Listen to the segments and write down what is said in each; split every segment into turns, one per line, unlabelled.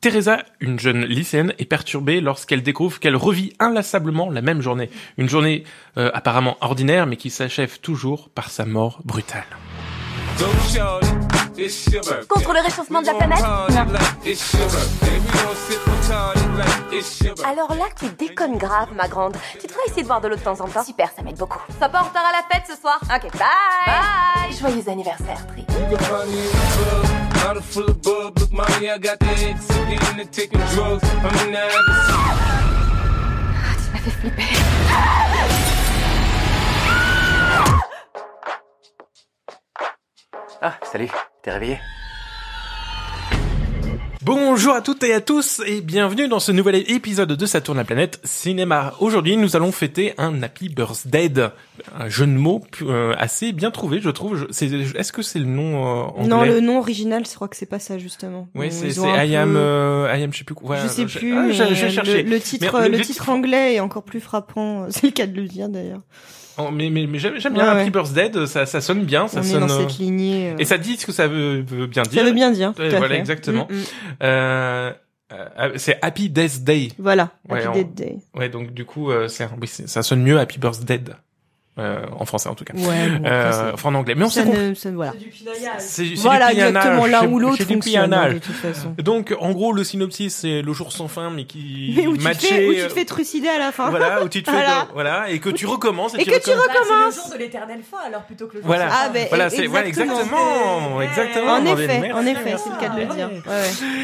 Teresa, une jeune lycéenne, est perturbée lorsqu'elle découvre qu'elle revit inlassablement la même journée. Une journée euh, apparemment ordinaire, mais qui s'achève toujours par sa mort brutale.
Contre le réchauffement de la planète
Non.
Alors là, tu déconnes grave, ma grande. Tu devrais essayer de voir de l'eau de temps en temps. Super, ça m'aide beaucoup. Sois pas en retard à la fête ce soir. Ok, bye Bye Joyeux anniversaire, Tri. Tu m'as fait flipper.
Ah, salut, t'es réveillé
Bonjour à toutes et à tous et bienvenue dans ce nouvel épisode de Saturne la planète cinéma. Aujourd'hui, nous allons fêter un Happy Birthday, un jeu de mots euh, assez bien trouvé, je trouve. Je- c'est- Est-ce que c'est le nom euh, anglais
Non, le nom original, je crois que c'est pas ça justement.
Oui,
Ils
c'est
ont
c'est
un
I am,
peu-
euh, I am, je sais plus quoi.
je sais
je-
plus.
ah,
mais
je- je
le-
cherchais.
le,
Mais
titre, le
le
titre anglais est encore plus frappant. C'est le cas de le dire d'ailleurs.
Oh, mais mais, mais j'aime j'aime bien
Ouais,
Happy
ouais.
Birthday, ça, ça sonne bien, ça
On
sonne.
est dans
euh,
cette lignée. euh,
Et ça dit ce que ça veut, veut bien dire.
ça veut bien dire.
Ouais,
tout à
voilà,
fait.
exactement.
Mm, mm.
Euh, euh, c'est Happy Death Day.
Voilà.
Ouais,
Happy
on-
Dead Day.
Ouais, donc du coup, euh, c'est un- oui, c'est- ça sonne mieux Happy Birthday euh, en français en tout cas.
Ouais. bon,
Euh,
après, c'est-
enfin en anglais, mais on s'est
ça
compris.
ne- ça- voilà.
C'est c'est du
Voilà,
pianage,
exactement l'un
c'est-
ou l'autre
c'est du
fonctionne hein,
pianage.
de toute façon.
Donc en gros, le synopsis c'est le jour sans fin, mais qui
Mais où tu, te
matché,
fais, où tu
euh,
te fais trucider à la fin.
Voilà, où tu te fais
Voilà.
de- voilà, et que tu recommences.
Et que tu
recommences.
Bah,
recommences.
C'est le jour de l'éternelle fin, alors plutôt que le jour
Voilà.
de la
Ah,
fin.
ben,
Voilà,
e-
c'est voilà, exactement,
Ouais.
exactement.
En
Amandine,
effet,
merci.
en effet, c'est le cas de le dire. Ouais,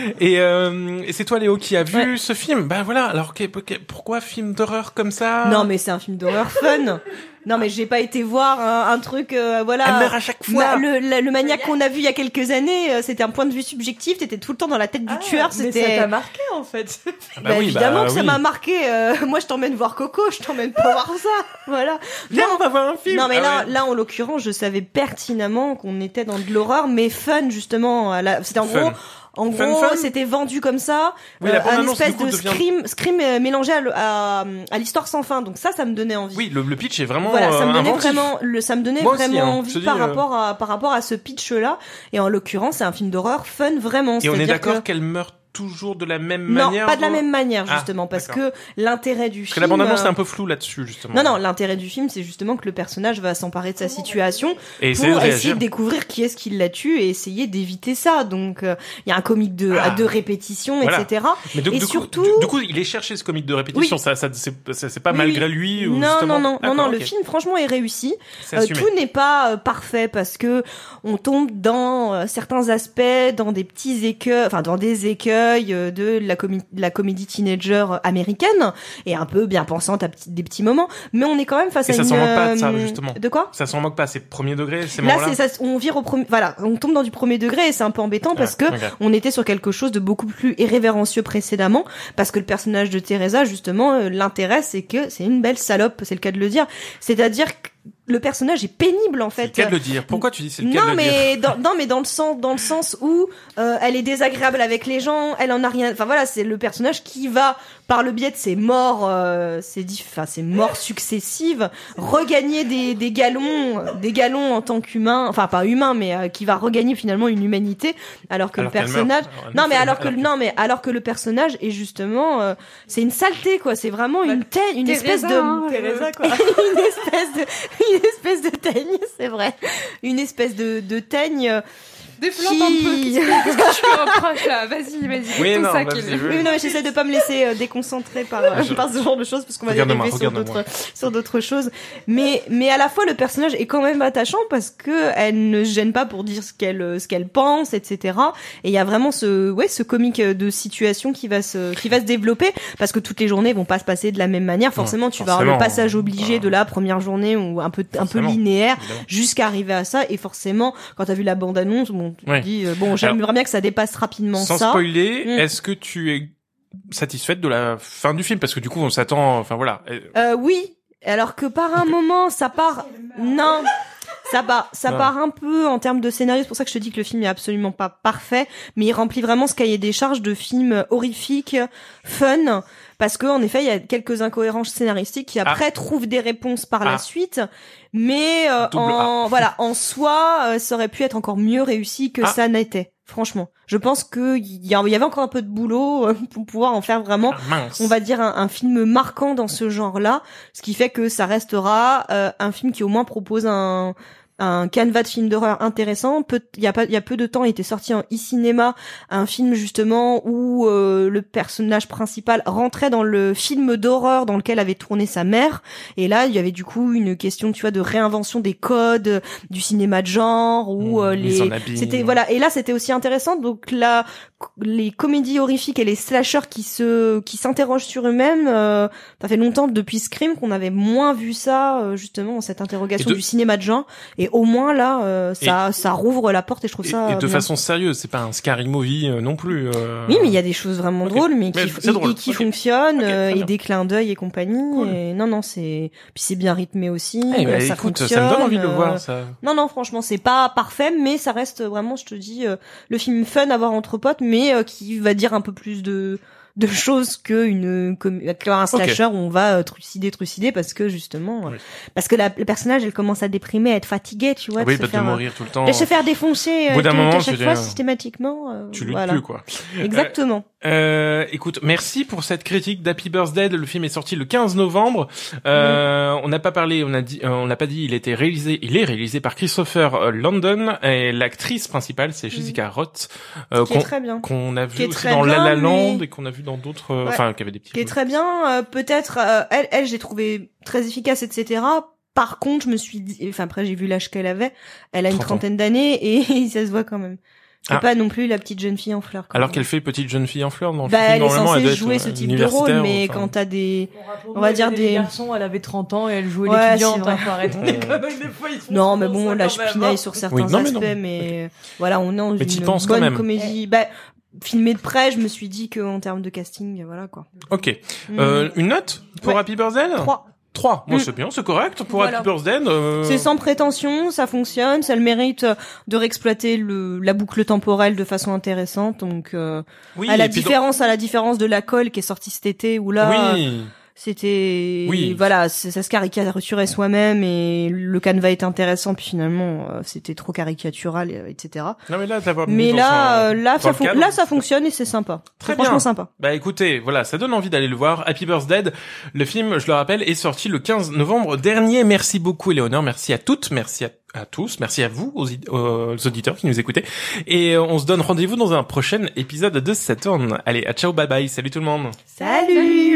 ouais.
Et, euh, et c'est toi, Léo, qui a vu
Ouais.
ce film. Bah voilà. Alors que- que- pourquoi film d'horreur comme ça
Non, mais c'est un film d'horreur fun. Non, mais j'ai pas été voir un, un truc, euh,
Elle
voilà.
meurt à chaque fois.
Ma- le, la- le maniaque qu'on a vu il y a quelques années, euh, c'était un point de vue subjectif. T'étais tout le temps dans la tête du
Ah,
tueur.
mais ça t'a
C'était
marqué en fait.
Ah
Bah, évidemment que ça
oui.
m'a marqué. euh, moi, je t'emmène voir Coco, je t'emmène
Ah.
pas voir ça. Voilà.
Viens, on va voir un film.
Non, mais
Ah
là,
ouais.
là, en l'occurrence, je savais pertinemment qu'on était dans de l'horreur, mais fun justement. à la- C'était en
Fun.
gros. En
Fun,
gros,
fun.
c'était vendu comme ça,
Oui, la
euh, un
bande-annonce,
espèce
du coup,
de
devient-
scream, scream euh, mélangé à, le- à, à l'histoire sans fin. Donc ça, ça me donnait envie.
Oui, le, le pitch est vraiment.
Voilà, ça me
euh,
donnait
inventif.
vraiment, le, ça me donnait
Moi aussi,
vraiment
hein, je
envie
te dis,
par
euh,
rapport à par rapport à ce pitch là. Et en l'occurrence, c'est un film d'horreur fun vraiment.
Et on est
C'est-à-dire
d'accord
que-
qu'elle meurt toujours de la même
Non,
manière.
pas de la
vous-
même manière
Ah,
justement, parce
d'accord.
que l'intérêt du
Parce que
film.
la bande-annonce
euh,
est un peu floue là-dessus, justement.
Non, non, l'intérêt du film, c'est justement que le personnage va s'emparer de sa situation
Et
pour
essayer de
essayer
réagir.
de découvrir qui est-ce qui l'a tué et essayer d'éviter ça. Donc, euh, il y a un comique de,
Ah.
à deux répétitions,
Voilà.
etc.
Mais donc,
Et
du coup-
surtout-
du- du coup, il est cherché ce comique de répétition. Ça, ça, c'est ça- c'est pas
Oui,
malgré lui. ou
non,
euh, justement-
non, non, non,
D'accord,
non,
ok.
le film, franchement, est réussi.
C'est
Euh,
assumé.
tout n'est pas euh, parfait parce que on tombe dans euh, certains aspects, dans des petits écueils, enfin dans des écueils euh, de la, comi- de la comédie teenager euh, américaine et un peu bien pensante à petit- des petits moments, mais on est quand même face
Et
à
ça
une.
s'en moque pas de ça,
euh,
justement.
De quoi
Ça s'en moque pas, c'est premier degré, ces
Là,
moments-là.
c'est ça, on vire au premier, voilà, on tombe dans du premier degré et c'est un peu embêtant parce que
Ouais, ok.
on était sur quelque chose de beaucoup plus irrévérencieux précédemment, parce que le personnage de Teresa, justement, euh, l'intérêt, c'est que c'est une belle salope, c'est le cas de le dire. C'est-à-dire que le personnage est pénible, en
C'est le
fait. euh,
cas de le dire. Pourquoi tu dis c'est le cas de
non
le dire
mais dans, non mais dans le sens dans le sens où euh, elle est désagréable avec les gens, elle en a rien. Enfin voilà, c'est le personnage qui va par le biais de ses morts, euh, ses diff- enfin ses morts successives, regagner des, des galons, des galons en tant qu'humain, enfin pas humain mais euh, qui va regagner finalement une humanité alors que
Alors
le
qu'elle meurt.
personnage
Alors, en
non mais
effet,
alors que non mais alors que le personnage est justement euh, c'est une saleté quoi, c'est vraiment une tête, une espèce de
Teresa quoi.
hein, euh, une espèce de une espèce de teigne, c'est vrai. Une espèce de de teigne euh,
Développe
qui-
un peu. Qu'est-ce que tu reproches là Vas-y, vas-y.
Oui,
tout
non, bah,
ça
vas-y,
qu'il-
veux-
Oui, non, mais j'essaie de pas me laisser euh, déconcentrer par, euh,
Je-
par ce genre de choses parce qu'on va
Regarde-moi,
dériver sur
regarde-moi.
d'autres sur d'autres choses. Mais mais à la fois le personnage est quand même attachant parce que elle ne se gêne pas pour dire ce qu'elle euh, ce qu'elle pense, etc. Et il y a vraiment ce ouais ce comique euh, de situation qui va se qui va se développer parce que toutes les journées vont pas se passer de la même manière. Forcément, tu vas avoir
forcément.
le passage obligé
Bah.
de la première journée ou un peu un peu
Forcément.
linéaire
Évidemment.
jusqu'à arriver à ça et forcément quand t'as vu la bande annonce bon tu
Ouais.
te dis euh, bon j'aimerais bien que ça dépasse rapidement
Sans
ça
spoiler,
Mm.
est-ce que tu es satisfaite de la fin du film Parce que du coup, on s'attend. Enfin voilà. Euh,
euh, oui alors que par un moment ça part non ça part ça
Non.
part un peu en termes de scénario c'est pour ça que je te dis que le film est absolument pas parfait mais il remplit vraiment ce cahier des charges de film horrifique fun parce que en effet, il y a quelques incohérences scénaristiques qui après trouvent des réponses par
Ah.
la suite, mais euh,
Double
en voilà, en soi, euh, ça aurait pu être encore mieux réussi que
Ah.
ça n'était. Franchement, je pense que il y, a- il y avait encore un peu de boulot euh, pour pouvoir en faire vraiment
Ah, mince.
on va dire un, un film marquant dans ce genre-là, ce qui fait que ça restera euh, un film qui au moins propose un un canevas de film d'horreur intéressant. Peu- Il y a pas, il y a peu de temps, il était sorti en e-cinéma un film justement où euh, le personnage principal rentrait dans le film d'horreur dans lequel avait tourné sa mère. Et là, il y avait du coup une question, tu vois, de réinvention des codes euh, du cinéma de genre
Hmm,
ou euh, les c'était voilà et là c'était aussi intéressant donc là les comédies horrifiques et les slashers qui se qui s'interrogent sur eux-mêmes euh, ça fait longtemps depuis Scream qu'on avait moins vu ça euh, justement cette interrogation
Et de-
du cinéma de genre et au moins là euh, ça ça rouvre la porte et je trouve
Et,
ça
et de
bien.
façon sérieuse, c'est pas un scary movie euh, non plus. euh.
oui, mais il y a des choses vraiment
Ok.
drôles, mais qui,
Mais
f-
c'est
et-
drôle.
et qui
Ok.
fonctionnent,
Ok, très
euh, et
bien.
des clins d'œil et compagnie.
Cool.
Et non, non, c'est puis c'est bien rythmé aussi.
Eh ben,
euh, ça
écoute,
fonctionne,
ça me donne envie de le
euh,
voir. Ça.
non, non, franchement, c'est pas parfait, mais ça reste vraiment, je te dis, euh, le film fun à voir entre potes, mais euh, qui va dire un peu plus de de choses que une comme qu'un slasher où on va euh, trucider, trucider, parce que justement, euh,
Oui.
parce que la, le personnage, elle commence à déprimer, à être fatiguée, tu vois,
oui,
de
pas
se
de
faire, euh,
mourir tout le temps.
de se faire défoncer
Au
euh,
bout d'un
tout-
moment,
à
tu
chaque
dis,
fois
euh,
systématiquement. euh,
Tu luttes
voilà.
plus quoi.
Exactement.
Euh, écoute, merci pour cette critique d'Happy Birthday. Le film est sorti le 15 novembre. Euh, On n'a pas parlé, on a dit, euh, on l'a pas dit. Il était réalisé, il est réalisé par Christopher euh, London et l'actrice principale c'est Jessica Roth euh,
Mm. qui est
qu'on
très bien.
qu'on a vu
qui est
aussi
très
dans La La
bien,
Land
mais-
et qu'on a vu dans d'autres, euh,
Ouais.
enfin qui avait des petits.
qui est très bien. euh, Peut-être euh, elle, elle, j'ai trouvé très efficace, etc. Par contre, je me suis dit, enfin après j'ai vu l'âge qu'elle avait, elle a une
30 ans.
trentaine d'années et ça se voit quand même. C'est
Ah.
pas non plus la petite jeune fille en fleurs. quoi.
Alors qu'elle fait petite jeune fille en fleurs dans le
bah,
film.
elle est
normalement,
censée
doit être,
jouer
euh,
ce type de rôle,
universitaire,
mais
enfin,
quand t'as des
On
va dire des-
garçons, elle avait 30 ans et elle jouait
Ouais,
l'étudiante.
c'est vrai.
hein, faut arrêter.
Ouais.
Des conneries, des fois, ils font
Non, mais bon,
ça
là,
quand
je
même, hein.
pinaille sur certains
Oui, non, mais
aspects,
non.
mais, euh, voilà, on est dans
Mais t'y
une
penses quand
bonne
même.
comédie. Bah, filmé de près, je me suis dit que en termes de casting, voilà quoi.
Ok.
Hmm.
Euh, une note pour
Ouais.
Happy Birthday.
Trois.
Trois. Moi,
Mm.
c'est bien, c'est correct pour
Voilà.
Happy Birthday. euh,
C'est sans prétention, ça fonctionne, ça a le mérite euh, de réexploiter le, la boucle temporelle de façon intéressante. Donc, euh,
Oui,
à la
et puis dans-
différence, à la différence de la colle qui est sortie cet été où là,
Oui.
c'était,
Oui.
voilà, c'est- ça se caricaturait soi-même et le canevas est intéressant puis finalement, euh, c'était trop caricatural, et- etc.
Non mais là, t'as
Mais là, euh, là,
dans
ça,
le
fon-
cadre.
là, ça fonctionne et c'est sympa.
Très
C'est franchement
bien.
sympa.
Bah écoutez, voilà, ça donne envie d'aller le voir. Happy Birthday, le film, je le rappelle, est sorti le 15 novembre dernier. Merci beaucoup, Éléonore. Merci à toutes, merci à, à tous, merci à vous, aux, id- aux auditeurs qui nous écoutez. Et euh, on se donne rendez-vous dans un prochain épisode de Saturn. Allez, à ciao, bye bye, salut tout le monde.
Salut